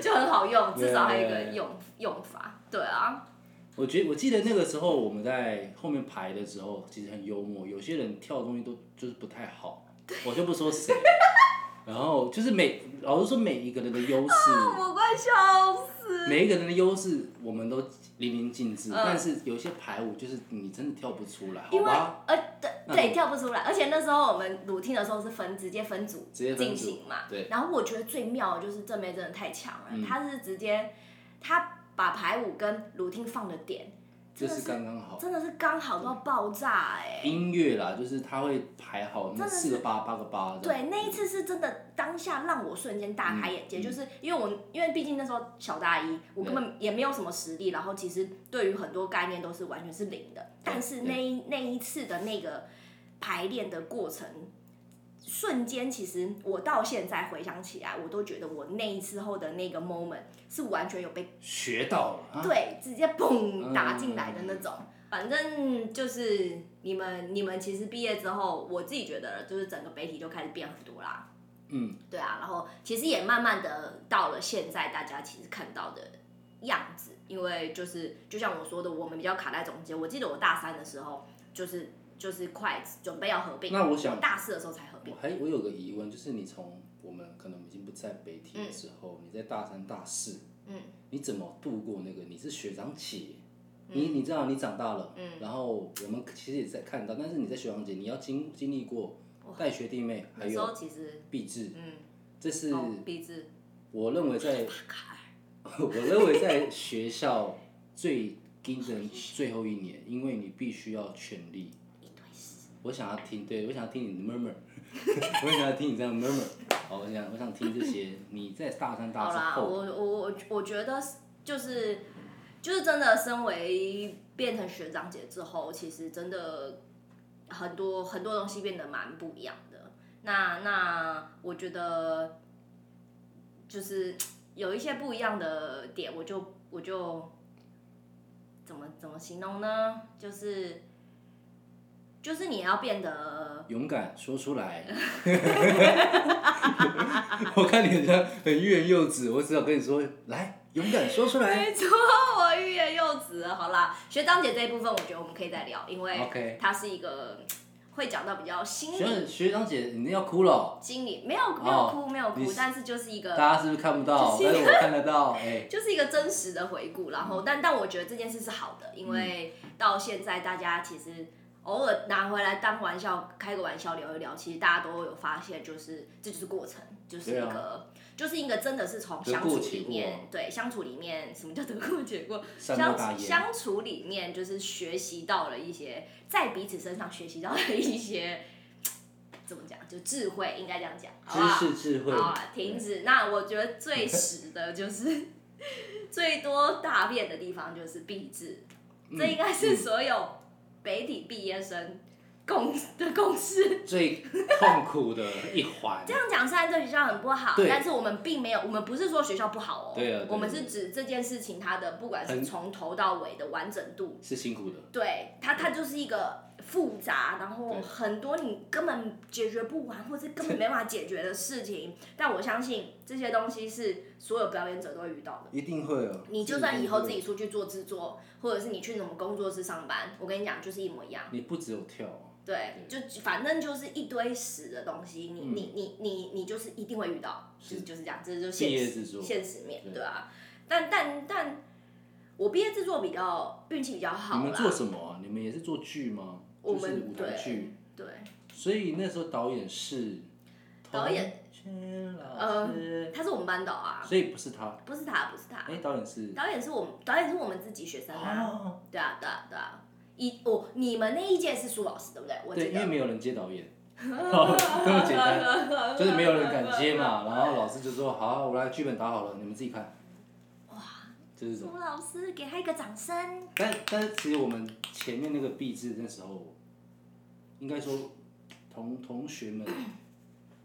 Speaker 3: 就很好用，至少还有一个
Speaker 2: 对
Speaker 3: 用用法，对啊，
Speaker 2: 我觉得我记得那个时候我们在后面排的时候，其实很幽默，有些人跳的东西都就是不太好，我就不说 谁，然后就是每老实说每一个人的优势。
Speaker 3: 我快笑死。
Speaker 2: 每一个人的优势我们都淋漓尽致，
Speaker 3: 嗯
Speaker 2: 但是有一些排舞就是你真的跳不出来，好
Speaker 3: 因为
Speaker 2: 吧？
Speaker 3: 呃，对
Speaker 2: 那
Speaker 3: 对，
Speaker 2: 你
Speaker 3: 跳不出来。而且那时候我们乳听的时候是分直接分组
Speaker 2: 直接分组
Speaker 3: 进行嘛，
Speaker 2: 对
Speaker 3: 然后我觉得最妙的就是正妹真的太强了，
Speaker 2: 嗯
Speaker 3: 她是直接她把排舞跟乳听放的点
Speaker 2: 就
Speaker 3: 真的
Speaker 2: 是
Speaker 3: 是
Speaker 2: 刚刚好。
Speaker 3: 真的是刚好到爆炸哎、
Speaker 2: 音乐啦，就是他会排好
Speaker 3: 真
Speaker 2: 那
Speaker 3: 的是
Speaker 2: 四个八八个八这
Speaker 3: 对，
Speaker 2: 样。
Speaker 3: 那一次是真的当下让我瞬间大开眼界，
Speaker 2: 嗯
Speaker 3: 就是因为我因为毕竟那时候小大一，我根本也没有什么实力，然后其实对于很多概念都是完全是零的。但是那一那一次的那个排练的过程，瞬间其实我到现在回想起来，我都觉得我那一次后的那个 moment 是完全有被
Speaker 2: 学到了啊！
Speaker 3: 对，直接砰
Speaker 2: 嗯
Speaker 3: 打进来的那种。反正就是你们，你们其实毕业之后，我自己觉得就是整个北体就开始变很多啦。
Speaker 2: 嗯，
Speaker 3: 对啊，然后其实也慢慢的到了现在大家其实看到的样子，因为就是就像我说的，我们比较卡在中间。我记得我大三的时候，就是就是快准备要合并，
Speaker 2: 那我想
Speaker 3: 大四的时候才合并
Speaker 2: 我。还我有个疑问，就是你从我们可能已经不在北体的时候，你在大三大四，
Speaker 3: 嗯，
Speaker 2: 你怎么度过那个？你是学长姐，你你知道你长大了，
Speaker 3: 嗯
Speaker 2: 然后我们其实也在看到，但是你在学长姐，你要经经历过带学弟妹，还
Speaker 3: 那时候
Speaker 2: 有
Speaker 3: 其实
Speaker 2: 毕制，
Speaker 3: 嗯，
Speaker 2: 这是
Speaker 3: 哦，鼻子
Speaker 2: 我认为在， 我认为在学校最盯人最后一年，因为你必须要全力。
Speaker 3: 一堆屎，
Speaker 2: 我想要听，对我想要听你的 murmur，我想要听你这样 murmur，好，我想我想听这些，你在大三大
Speaker 3: 好
Speaker 2: 四
Speaker 3: 啦，我
Speaker 2: 后，
Speaker 3: 我我我觉得是就是就是真的，身为变成学长姐之后，其实真的很多很多东西变得蛮不一样的。那那我觉得就是有一些不一样的点，我就我就怎么怎么形容呢？就是就是你要变得
Speaker 2: 勇敢说出来。 我看你这样很欲言又止，我只好跟你说，来，勇敢说出来。
Speaker 3: 没错，我欲言又止了。好啦，学长姐这一部分，我觉得我们可以再聊，因为
Speaker 2: OK
Speaker 3: 它是一个嗯会讲到比较心
Speaker 2: 学
Speaker 3: 理、
Speaker 2: 学长姐，你要哭了哦、
Speaker 3: 心理没有没有哭没有
Speaker 2: 你
Speaker 3: 哭
Speaker 2: 是，
Speaker 3: 但是就是一个
Speaker 2: 大家是不是看不到？
Speaker 3: 就
Speaker 2: 但
Speaker 3: 是
Speaker 2: 是我看得到，哎、
Speaker 3: 就是一个真实的回顾。然
Speaker 2: 嗯
Speaker 3: 后，但但我觉得这件事是好的，因为到现在大家其实偶尔拿回来当玩笑，开个玩笑聊一聊，其实大家都有发现，就是这就是过程，就是一
Speaker 2: 对啊
Speaker 3: 个。就是一个真的是从
Speaker 2: 得
Speaker 3: 相
Speaker 2: 过
Speaker 3: 处
Speaker 2: 且
Speaker 3: 里
Speaker 2: 过
Speaker 3: 面，对相处里面，什么叫得过且过？
Speaker 2: 善莫大
Speaker 3: 相
Speaker 2: 焉。
Speaker 3: 相处里面，就是学习到了一些，在彼此身上学习到了一些，怎么讲，就智慧，应该这样讲，好不好？
Speaker 2: 知识智慧，
Speaker 3: 好啊，停止。那我觉得 最屎的就是最多大便的地方就是壁纸，
Speaker 2: 嗯
Speaker 3: 这应该是所有北体毕业生共的共识。
Speaker 2: 最痛苦的一环。
Speaker 3: 这样讲虽然对学校很不好
Speaker 2: 对，
Speaker 3: 但是我们并没有，我们不是说学校不好哦，
Speaker 2: 对啊对啊
Speaker 3: 我们是指这件事情它的不管是
Speaker 2: 很
Speaker 3: 从头到尾的完整度，
Speaker 2: 是辛苦的，
Speaker 3: 对它，它就是一个复杂，然后
Speaker 2: 对
Speaker 3: 很多你根本解决不完，或者根本没办法解决的事情。但我相信这些东西是所有表演者都会遇到的。
Speaker 2: 一定会哦。
Speaker 3: 你就算以后自己
Speaker 2: 一定会，
Speaker 3: 出去做制作，或者是你去什么工作室上班，我跟你讲，就是一模一样。
Speaker 2: 你不只有跳哦，
Speaker 3: 对，就反正就是一堆屎的东西，你、
Speaker 2: 嗯
Speaker 3: 你你你你就是一定会遇到，就是是就是这样，这就是
Speaker 2: 毕
Speaker 3: 现
Speaker 2: 业
Speaker 3: 实
Speaker 2: 制作
Speaker 3: 现实面
Speaker 2: 对
Speaker 3: 对啊。但但但我毕业制作比较运气比较好
Speaker 2: 你
Speaker 3: 啦。
Speaker 2: 们做什么啊？你们也是做剧吗？
Speaker 3: 我
Speaker 2: 就
Speaker 3: 们
Speaker 2: 是舞台剧，
Speaker 3: 对。
Speaker 2: 所以那时候导演是
Speaker 3: 导演
Speaker 2: 童轩老
Speaker 3: 呃
Speaker 2: 师，
Speaker 3: 他是我们班导啊，
Speaker 2: 所以不是他，
Speaker 3: 不是他，不是他，
Speaker 2: 哎，导演是
Speaker 3: 导演是我们导演是我们自己学生啊，
Speaker 2: 哦，
Speaker 3: 对啊，对啊，对啊。一哦，你们那一届是苏老师对不对？我
Speaker 2: 对，
Speaker 3: 记
Speaker 2: 因为
Speaker 3: 得
Speaker 2: 没有人接导 演，哦这么简单，就是没有人敢接嘛。然后老师就说：“好，我来剧本打好了，你们自己看。”哇，就是这种。
Speaker 3: 苏老师，给他一个掌声。
Speaker 2: 但但是其实我们前面那个毕制那时候，应该说同同学们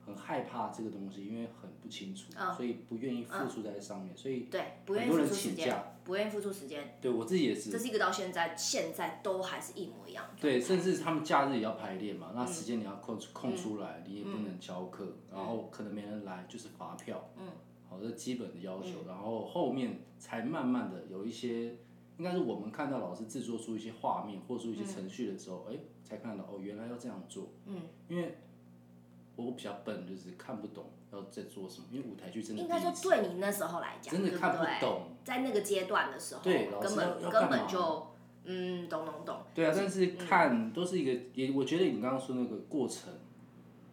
Speaker 2: 很害怕这个东西，因为很不清楚，
Speaker 3: 嗯
Speaker 2: 所以不愿意付出在这上面，所以
Speaker 3: 对，不愿
Speaker 2: 很多
Speaker 3: 意付
Speaker 2: 人
Speaker 3: 出时
Speaker 2: 请
Speaker 3: 间，
Speaker 2: 假。
Speaker 3: 不愿意付出时间，
Speaker 2: 对我自己也是
Speaker 3: 这，是一个到现在现在都还是一模一样的。
Speaker 2: 对，甚至他们假日也要排练
Speaker 3: 嗯
Speaker 2: 嘛，那时间你要空空出来，你也不能教课，然后可能没人来就是罚票，嗯，好，这基本的要
Speaker 3: 嗯
Speaker 2: 求，然后后面才慢慢的有一些，应该是我们看到老师制作出一些画面或
Speaker 3: 嗯
Speaker 2: 出一些程序的时候，哎、才看到哦，原来要这样做，嗯，因为我比较笨，就是看不懂要在做什么，因为舞台剧真的
Speaker 3: 应该说
Speaker 2: 第一，次
Speaker 3: 对你那时候来讲，
Speaker 2: 真的
Speaker 3: 对
Speaker 2: 看不
Speaker 3: 对？
Speaker 2: 懂，
Speaker 3: 在那个阶段的时候，
Speaker 2: 对老师
Speaker 3: 根
Speaker 2: 要
Speaker 3: 本
Speaker 2: 要干
Speaker 3: 根本
Speaker 2: 嘛
Speaker 3: 就嗯，懂懂懂，
Speaker 2: 对啊，但是
Speaker 3: 嗯
Speaker 2: 看都是一个，也我觉得你刚刚说那个过程，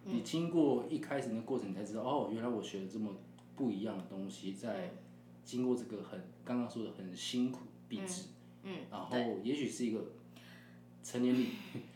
Speaker 2: 你经过一开始那个过程，你才知道哦，原来我学了这么不一样的东西，在经过这个很刚刚说的很辛苦壁纸，
Speaker 3: 嗯嗯
Speaker 2: 然后
Speaker 3: 对
Speaker 2: 也许是一个成年礼，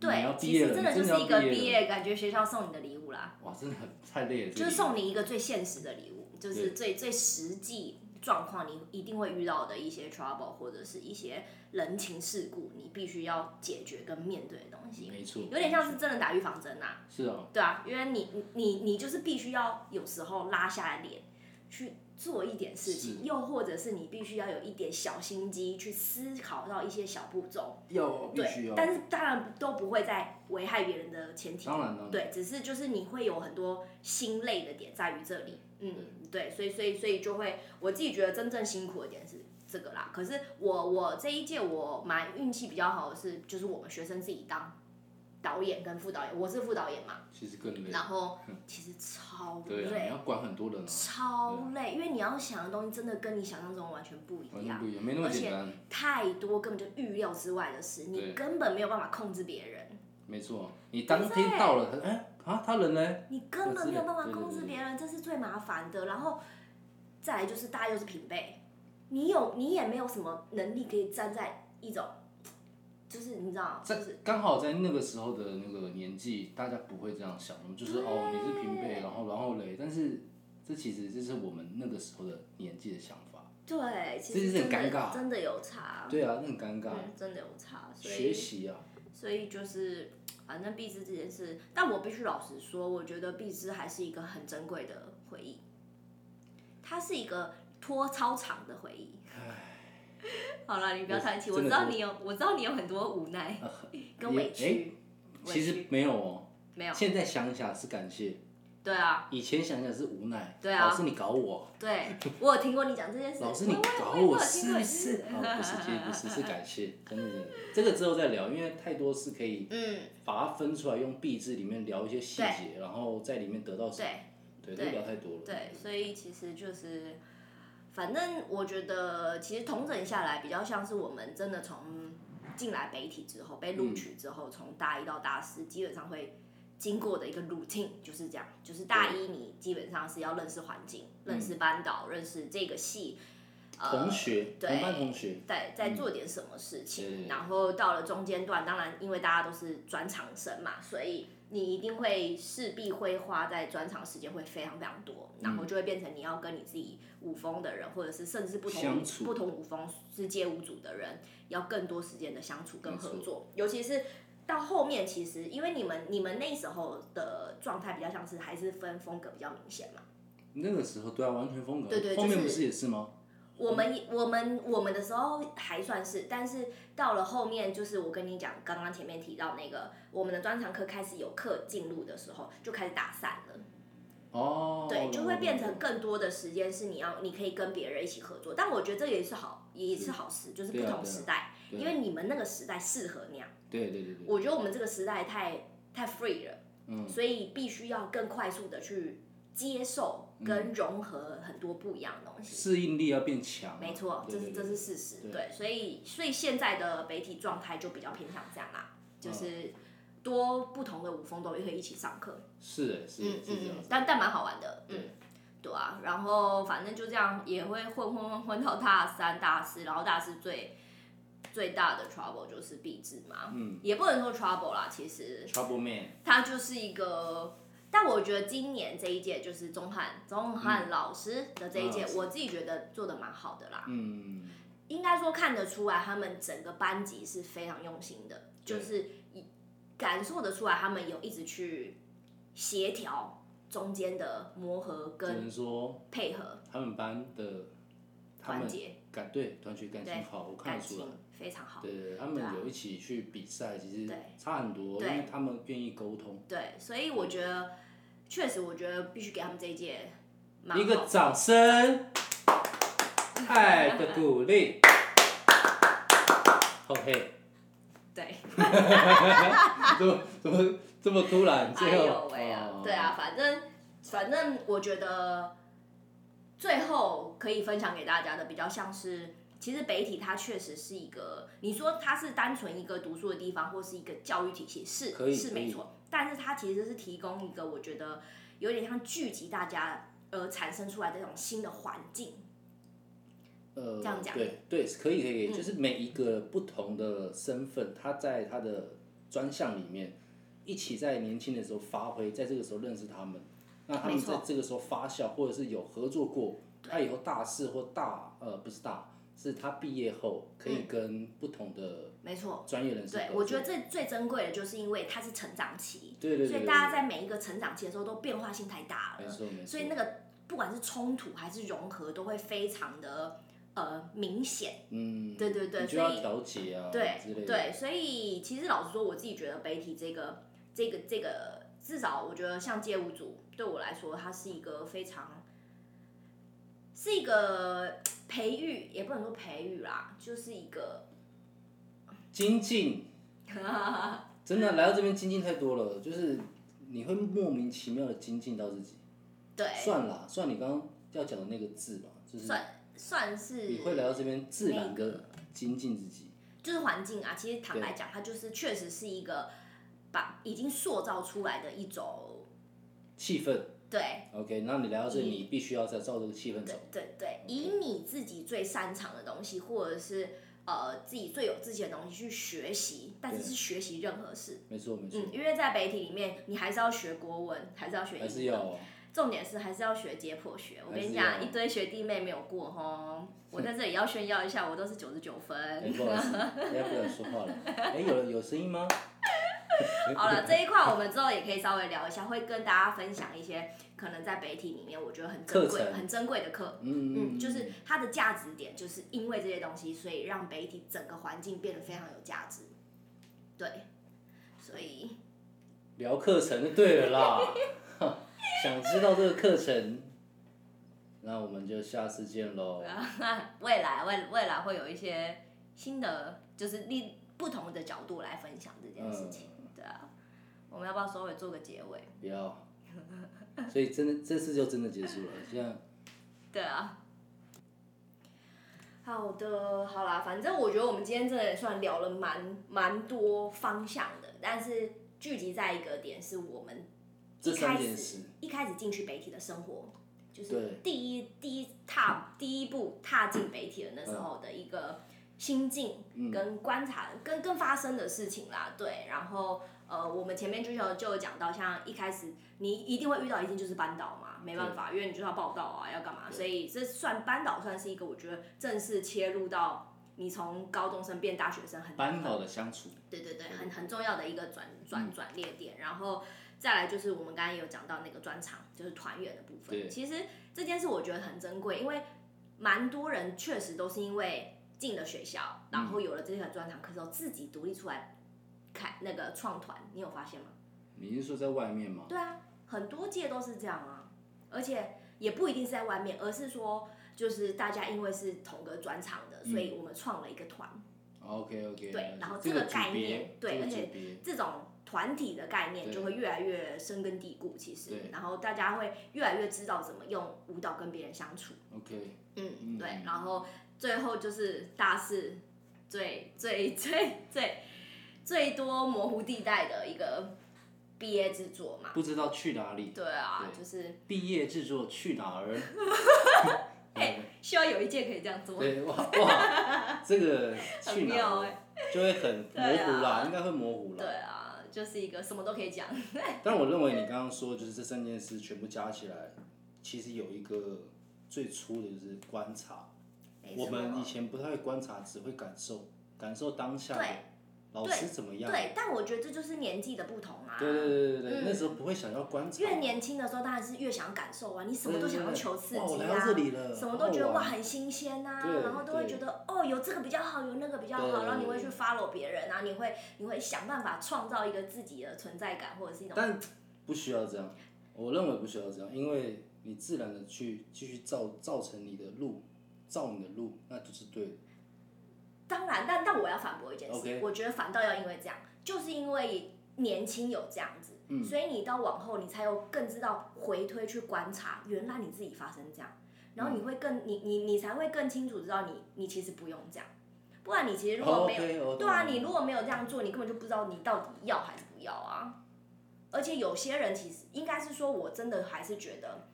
Speaker 2: 你要
Speaker 3: 对，
Speaker 2: 毕
Speaker 3: 其
Speaker 2: 业
Speaker 3: 实
Speaker 2: 了，
Speaker 3: 真的就是
Speaker 2: 要
Speaker 3: 一个
Speaker 2: 毕
Speaker 3: 毕
Speaker 2: 业了，
Speaker 3: 业，感觉学校送你的礼物啦。
Speaker 2: 哇，真的很太累了，这个
Speaker 3: 就是
Speaker 2: 礼
Speaker 3: 送
Speaker 2: 物
Speaker 3: 你一个最现实的礼物，就是最最实际状况，你一定会遇到的一些 trouble 或者是一些人情世故，你必须要解决跟面对的东西，
Speaker 2: 没错，
Speaker 3: 有点像是真的打预防针啊，
Speaker 2: 是啊，
Speaker 3: 对啊，因为你你你你就是必须要有时候拉下来脸去做一点事
Speaker 2: 是
Speaker 3: 情，又或者是你必须要有一点小心机去思考到一些小步骤，
Speaker 2: 要必须
Speaker 3: 对
Speaker 2: 要，，
Speaker 3: 但是当然都不会在危害别人的前提
Speaker 2: 当然了，
Speaker 3: 对，只是就是你会有很多心累的点在于这里，嗯，对，所以所以所以就会，我自己觉得真正辛苦的点是这个啦。可是我我这一届我蛮运气比较好的是，就是我们学生自己当导演跟副导演，我是副导演嘛，
Speaker 2: 其实更累，
Speaker 3: 然后其实超
Speaker 2: 对啊，你
Speaker 3: 累，
Speaker 2: 要管很多人啊，
Speaker 3: 超累，因为你要想的东西真的跟你想象中完全不
Speaker 2: 完
Speaker 3: 一
Speaker 2: 全
Speaker 3: 样
Speaker 2: 不。一样，没那么
Speaker 3: 而且
Speaker 2: 简单，
Speaker 3: 太多根本就预料之外的事，
Speaker 2: 对
Speaker 3: 你根本没有办法控制别人。
Speaker 2: 没错，你当天到了，他哎啊，他人呢？
Speaker 3: 你根本没有办法
Speaker 2: 对对对
Speaker 3: 控制别人，这是最麻烦的。然后再来就是大家又是平辈，你有你也没有什么能力可以站在一种就是你知道，就
Speaker 2: 在
Speaker 3: 是
Speaker 2: 刚好在那个时候的那个年纪，大家不会这样想，我们就是哦你是平辈，然后然后嘞，但是这其实就是我们那个时候的年纪的想法。
Speaker 3: 对，其
Speaker 2: 这
Speaker 3: 实
Speaker 2: 就是
Speaker 3: 真
Speaker 2: 很尴
Speaker 3: 的
Speaker 2: 尬
Speaker 3: 真的有差，
Speaker 2: 对啊，那很尴尬。
Speaker 3: 嗯，真的有差，所
Speaker 2: 学
Speaker 3: 以
Speaker 2: 习啊，
Speaker 3: 所以就是，反正毕制这件事，但我必须老实说，我觉得毕制还是一个很珍贵的回忆，它是一个拖超长的回忆。好了，你不要叹气，
Speaker 2: 我
Speaker 3: 我知
Speaker 2: 真的啊
Speaker 3: 道你有，我知道你有很多无奈跟
Speaker 2: 也
Speaker 3: 委屈，委
Speaker 2: 其实
Speaker 3: 屈
Speaker 2: 没有哦。
Speaker 3: 没有，
Speaker 2: 现在想想是感谢，
Speaker 3: 对啊，
Speaker 2: 以前想想是无奈。
Speaker 3: 对啊
Speaker 2: 老师你搞我，
Speaker 3: 对我有听过你讲这件事，
Speaker 2: 老师
Speaker 3: 我
Speaker 2: 你
Speaker 3: 我
Speaker 2: 搞
Speaker 3: 我我有听
Speaker 2: 是
Speaker 3: 过
Speaker 2: 不
Speaker 3: 你
Speaker 2: 是？啊，不是，其实不是，是感 谢，真的真的。这个之后再聊，因为太多是可以
Speaker 3: 嗯，
Speaker 2: 把它分出来，用壁纸里面聊一些细节，然后在里面得到什么？
Speaker 3: 对。
Speaker 2: 对，
Speaker 3: 对
Speaker 2: 这聊太多了。
Speaker 3: 对，所以其实就是，反正我觉得其实统整下来，比较像是我们真的从进来北体之后被
Speaker 2: 嗯
Speaker 3: 录取之后，从、大一到大四，基本上会经过的一个 routine 就是这样，就是大一你基本上是要认识环境、认识班导、认识这个系。呃
Speaker 2: 嗯同学，
Speaker 3: 对
Speaker 2: 同班同学，
Speaker 3: 在在做点什么事情，
Speaker 2: 嗯
Speaker 3: 然后到了中间段，当然因为大家都是专场生嘛，所以你一定会势必会花在专场时间会非常非常多，
Speaker 2: 嗯
Speaker 3: 然后就会变成你要跟你自己舞风的人，或者是甚至不同
Speaker 2: 相处
Speaker 3: 不同舞风是街舞组的人，要更多时间的相处跟
Speaker 2: 没错
Speaker 3: 合作，尤其是。到后面其实，因为你们你们那时候的状态比较像是还是分风格比较明显嘛。
Speaker 2: 那个时候对啊，完全风格。
Speaker 3: 对对
Speaker 2: 后面
Speaker 3: 就是
Speaker 2: 不是也是吗？
Speaker 3: 我们也我们我们的时候还算是，但是到了后面，就是我跟你讲，刚刚前面提到那个，我们的专长课开始有课进入的时候，就开始打散了。
Speaker 2: 哦，
Speaker 3: 对，就会变成更多的时间是你要，你可以跟别人一起合作。但我觉得这也是好，也是好事，就是不
Speaker 2: 对啊
Speaker 3: 同
Speaker 2: 对啊
Speaker 3: 时代，
Speaker 2: 对啊
Speaker 3: 因为你们那个时代适合那样。
Speaker 2: 对对对对，
Speaker 3: 我觉得我们这个时代太太 free 了，
Speaker 2: 嗯
Speaker 3: 所以必须要更快速的去接受
Speaker 2: 嗯
Speaker 3: 跟融合很多不一样的东西。
Speaker 2: 适应力要变强啊。
Speaker 3: 没错，这
Speaker 2: 对
Speaker 3: 是
Speaker 2: 对
Speaker 3: 这
Speaker 2: 对
Speaker 3: 是事实。
Speaker 2: 对
Speaker 3: 对，所以所以现在的北体状态就比较偏向这样啦，
Speaker 2: 嗯
Speaker 3: 就是多不同的舞风都会一起上课，
Speaker 2: 是欸是
Speaker 3: 嗯
Speaker 2: 欸是这
Speaker 3: 嗯
Speaker 2: 样，子。
Speaker 3: 但但蛮好玩的，
Speaker 2: 对
Speaker 3: 嗯，对啊。然后反正就这样，也会混混混混到大三、大四，然后大四最最大的 trouble 就是毕制嘛，
Speaker 2: 嗯，
Speaker 3: 也不能说 trouble 啦，其实
Speaker 2: Trouble Man，
Speaker 3: 它就是一个。但我觉得今年这一届就是钟汉钟汉
Speaker 2: 嗯
Speaker 3: 老师的这一届，
Speaker 2: 钟汉老师
Speaker 3: 我自己觉得做的蛮好的啦。
Speaker 2: 嗯，
Speaker 3: 应该说看得出来，他们整个班级是非常用心的，
Speaker 2: 对
Speaker 3: 就是一感受得出来，他们有一直去协调中间的磨合
Speaker 2: 只
Speaker 3: 跟
Speaker 2: 能说
Speaker 3: 配合，
Speaker 2: 他们班的他
Speaker 3: 团
Speaker 2: 们
Speaker 3: 结
Speaker 2: 感对团结感情
Speaker 3: 对
Speaker 2: 好，我看
Speaker 3: 感
Speaker 2: 得出来
Speaker 3: 情。非常好。
Speaker 2: 对对，对他
Speaker 3: 对
Speaker 2: 们
Speaker 3: 啊
Speaker 2: 有一起去比赛，其实
Speaker 3: 对
Speaker 2: 差很多，因
Speaker 3: 对
Speaker 2: 为他们愿意沟通。
Speaker 3: 对，所以我觉得确实，我觉得必须给他们这一届蛮
Speaker 2: 一个
Speaker 3: 好的
Speaker 2: 掌声，爱的鼓励。OK，
Speaker 3: 对，
Speaker 2: 怎么怎么这么突 然？
Speaker 3: 哎
Speaker 2: 最
Speaker 3: 呦
Speaker 2: 后，
Speaker 3: 喂啊
Speaker 2: 哦，
Speaker 3: 对啊，，反正反正我觉得最后可以分享给大家的比较像是，其实北体它确实是一个，你说它是单纯一个读书的地方或是一个教育体系
Speaker 2: 可以
Speaker 3: 是是
Speaker 2: 可以
Speaker 3: 没错，但是它其实是提供一个我觉得有点像聚集大家而产生出来的这种新的环境，
Speaker 2: 呃，
Speaker 3: 这样讲
Speaker 2: 对对，是可以可以，可以
Speaker 3: 嗯
Speaker 2: 就是每一个不同的身份，他在他的专项里面，一起在年轻的时候发挥，在这个时候认识他们，那他们
Speaker 3: 没错
Speaker 2: 在这个时候发酵，或者是有合作过，他以后大四或大呃不是大，是他毕业后可以跟不同的
Speaker 3: 没错。
Speaker 2: 专业人士合
Speaker 3: 嗯对，
Speaker 2: 作。
Speaker 3: 我觉得最最珍贵的就是因为它是成长期，
Speaker 2: 对对对
Speaker 3: 所以
Speaker 2: 对哎
Speaker 3: 大家在每一个成长期的时候都变化性太大了，
Speaker 2: 没错没错
Speaker 3: 所以那个不管是冲突还是融合，都会非常的呃明显。
Speaker 2: 嗯，
Speaker 3: 对对对
Speaker 2: 你就
Speaker 3: 所以
Speaker 2: 要调节啊，
Speaker 3: 对
Speaker 2: 之类的，
Speaker 3: 对，所以其实老实说，我自己觉得北体这个这个这个，至少我觉得像街舞组对我来说，它是一个非常是一个培育，也不能说培育啦，就是一个
Speaker 2: 精 进，真的来到这边精进太多了，就是你会莫名其妙的精进到自己。
Speaker 3: 对
Speaker 2: 算啦，算你刚刚要讲的那个字吧，就是
Speaker 3: 算算是
Speaker 2: 你会来到这边自然
Speaker 3: 那
Speaker 2: 的
Speaker 3: 个
Speaker 2: 精进自己。
Speaker 3: 就是环境啊，其实坦白
Speaker 2: 对
Speaker 3: 讲，它就是确实是一个把已经塑造出来的一种，
Speaker 2: 气氛
Speaker 3: 对
Speaker 2: ，OK，那你来到这里，
Speaker 3: 嗯
Speaker 2: 你必须要再照这个气氛
Speaker 3: 对
Speaker 2: 走。
Speaker 3: 对对，以你自己最擅长的东西，或者是呃自己最有自己的东西去学习，但是是学习任何事。
Speaker 2: 没错没错，
Speaker 3: 嗯，因为在北体里面，你还是要学国文，还是要学
Speaker 2: 还是
Speaker 3: 英文，
Speaker 2: 要哦
Speaker 3: 重点是还是要学解剖学。我跟你
Speaker 2: 还是要
Speaker 3: 讲，一堆学弟妹没有 过吼，我在这里要炫耀一下，我都是九十九分。
Speaker 2: 哎，不好意思，大家不敢说 话了。哎，有有声音吗？
Speaker 3: 好了，这一块我们之后也可以稍微聊一下，会跟大家分享一些可能在北体里面我觉得很珍
Speaker 2: 课
Speaker 3: 贵、
Speaker 2: 程
Speaker 3: 很珍贵的课。
Speaker 2: 嗯
Speaker 3: 嗯，就是它的价值点，就是因为这些东西，所以让北体整个环境变得非常有价值。对，所以
Speaker 2: 聊课程就对了啦。 想知道这个课程，那我们就下次见喽。
Speaker 3: 未来未未来会有一些新的，就是另不同的角度来分享这件事情。对啊，我们要不要稍微做个结尾？
Speaker 2: 不要，所以真的这次就真的结束了。现在
Speaker 3: 对啊。好的，好啦，反正我觉得我们今天真的也算聊了蛮蛮多方向的，但是聚集在一个点是我们
Speaker 2: 这
Speaker 3: 一
Speaker 2: 三
Speaker 3: 开
Speaker 2: 件
Speaker 3: 始
Speaker 2: 事，
Speaker 3: 一开始进去北体的生活，就是
Speaker 2: 对
Speaker 3: 第一第一踏第一步踏进北体的那时候的一个心境
Speaker 2: 嗯
Speaker 3: 跟观察、跟跟发生的事情啦，对，然后。呃，我们前面就有就有讲到，像一开始你一定会遇到，一定就是班导嘛，没办法，因为你就要报道啊，要干嘛，所以这算班导算是一个我觉得正式切入到你从高中生变大学生很
Speaker 2: 班导的相处，
Speaker 3: 对对对，很很重要的一个转转转捩点，然后再来就是我们刚刚也有讲到那个专场，就是团员的部
Speaker 2: 对
Speaker 3: 分。其实这件事我觉得很珍贵，因为蛮多人确实都是因为进了学校，然后有了这些专场课之后，自己独立出来开那个创团，你有发现吗？
Speaker 2: 你是说在外面吗？
Speaker 3: 对啊，很多届都是这样啊，而且也不一定是在外面，而是说就是大家因为是同个专场的，所以我们创了一个团。
Speaker 2: OK OK，
Speaker 3: 对然后
Speaker 2: 这
Speaker 3: 这
Speaker 2: 个
Speaker 3: 个
Speaker 2: 组
Speaker 3: 概
Speaker 2: 别
Speaker 3: 念对
Speaker 2: 这个
Speaker 3: 而
Speaker 2: 组
Speaker 3: 且
Speaker 2: 别
Speaker 3: 这种团体的概念
Speaker 2: 对
Speaker 3: 就会越来越深根蒂固，其实
Speaker 2: 对，
Speaker 3: 然后大家会越来越知道怎么用舞蹈跟别人相处，
Speaker 2: OK，嗯
Speaker 3: 嗯，对，然后最后就是大四最 最最最最多模糊地带的一个毕业制作嘛，
Speaker 2: 不知道去哪里，
Speaker 3: 对啊，
Speaker 2: 对
Speaker 3: 就是
Speaker 2: 毕业制作去哪 儿？
Speaker 3: 希望有一届可以这样做，
Speaker 2: 对，哇哇，这个
Speaker 3: 很
Speaker 2: 去哪
Speaker 3: 妙
Speaker 2: 儿
Speaker 3: 哎、
Speaker 2: 就会很模
Speaker 3: 对
Speaker 2: 糊啦，
Speaker 3: 啊
Speaker 2: 应该会模糊
Speaker 3: 对
Speaker 2: 啦。
Speaker 3: 啊，就是一个什么都可以讲，
Speaker 2: 但我认为你刚刚说，就是这三件事全部加起来，其实有一个最初的就是观察。
Speaker 3: 没
Speaker 2: 我
Speaker 3: 什
Speaker 2: 们
Speaker 3: 么
Speaker 2: 以前不太会观察，只会感受，感受当下的
Speaker 3: 对
Speaker 2: 老师怎么样。
Speaker 3: 对，但我觉得这就是年纪的不同啊，
Speaker 2: 对对对对对
Speaker 3: 嗯
Speaker 2: 那时候不会想要观察。
Speaker 3: 越年轻的时候，当然是越想感受啊，你什么都想要求刺激啊，
Speaker 2: 哦对对对哦哇我来到这里了
Speaker 3: 什么都觉得
Speaker 2: 好好
Speaker 3: 哇
Speaker 2: 玩
Speaker 3: 很新鲜呐、
Speaker 2: 哦对
Speaker 3: 然后都会觉得哦有这个比较好，有那个比较
Speaker 2: 对
Speaker 3: 好，然后你会去 follow 别人啊，你会你会想办法创造一个自己的存在感或者是一种
Speaker 2: 但不需要这样，我认为不需要这样，因为你自然的去继续造造成你的路，造你的路，那就是对的。
Speaker 3: 当然，但但我要反驳一件事
Speaker 2: OK
Speaker 3: 我觉得反倒要因为这样，就是因为年轻有这样子，
Speaker 2: 嗯
Speaker 3: 所以你到往后你才有更知道回推去观察，原来你自己发生这样，
Speaker 2: 嗯
Speaker 3: 然后你会更、你你你才会更清楚知道你你其实不用这样，不然你其实如果没有
Speaker 2: 哦 OK，我懂
Speaker 3: 对啊，你如果没有这样做，你根本就不知道你到底要还是不要啊。而且有些人其实应该是说，我真的还是觉得，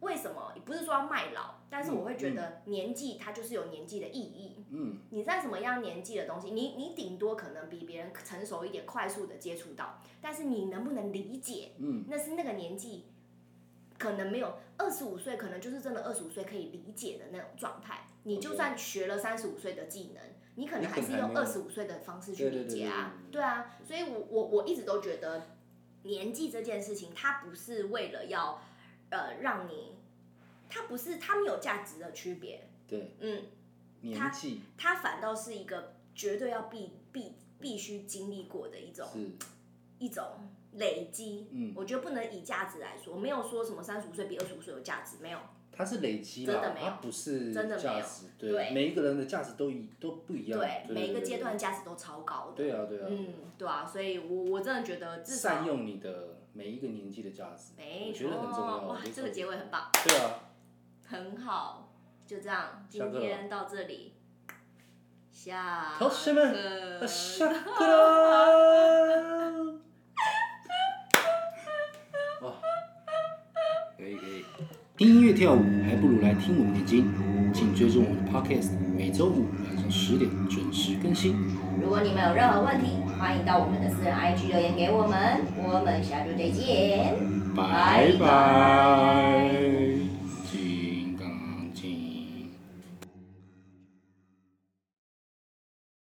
Speaker 3: 为什么不是说要卖老，但是我会觉得年纪它就是有年纪的意义。
Speaker 2: 嗯，
Speaker 3: 你在什么样年纪的东西，你你顶多可能比别人成熟一点，快速的接触到，但是你能不能理解？
Speaker 2: 嗯，
Speaker 3: 那是那个年纪，可能没有二十五岁，可能就是真的二十五岁可以理解的那种状态。你
Speaker 2: OK
Speaker 3: 就算学了三十五岁的技能，你可
Speaker 2: 你
Speaker 3: 能
Speaker 2: 可
Speaker 3: 还
Speaker 2: 能
Speaker 3: 是
Speaker 2: 还
Speaker 3: 用
Speaker 2: 没有
Speaker 3: 二十五岁的方式去
Speaker 2: 对对
Speaker 3: 理解啊，
Speaker 2: 对
Speaker 3: 对啊。所以我我我一直都觉得，年纪这件事情，它不是为了要呃让你，它不是它没有价值的区别，
Speaker 2: 对，
Speaker 3: 嗯。
Speaker 2: 年纪
Speaker 3: 它反倒是一个绝对要必必必须经历过的一种
Speaker 2: 是
Speaker 3: 一种累积。
Speaker 2: 嗯
Speaker 3: 我觉得不能以价值来说，没有说什么三十五岁比二十五岁有价值，没有。
Speaker 2: 它是累积
Speaker 3: 真
Speaker 2: 啦
Speaker 3: 的，没有
Speaker 2: 它不是
Speaker 3: 真的没有
Speaker 2: 价值，
Speaker 3: 对
Speaker 2: 每一个人的价值都一都不一样，
Speaker 3: 对，每一个
Speaker 2: 对
Speaker 3: 阶段，价值都超高的。
Speaker 2: 对对啊对啊，
Speaker 3: 嗯，对啊，所以我我真的觉得至少
Speaker 2: 善用你的每一个年纪的价值，
Speaker 3: 没
Speaker 2: 我觉
Speaker 3: 错，
Speaker 2: 得很重要，
Speaker 3: 哇
Speaker 2: 我觉，得
Speaker 3: 这个结尾很棒，
Speaker 2: 对啊，
Speaker 3: 很好，就这样，
Speaker 2: 下课了
Speaker 3: 今天到这里，下
Speaker 2: 同学们
Speaker 3: 课
Speaker 2: 那下课啦，哇，可以可以，听音乐跳舞还不如来听我们念经。请追踪我们的 Podcast，每周五晚上十点准时更新。
Speaker 3: 如果你们有任何问题，欢迎到我们的私人 IG 留言给我们。我们下周再见。
Speaker 2: 拜拜。
Speaker 3: 拜拜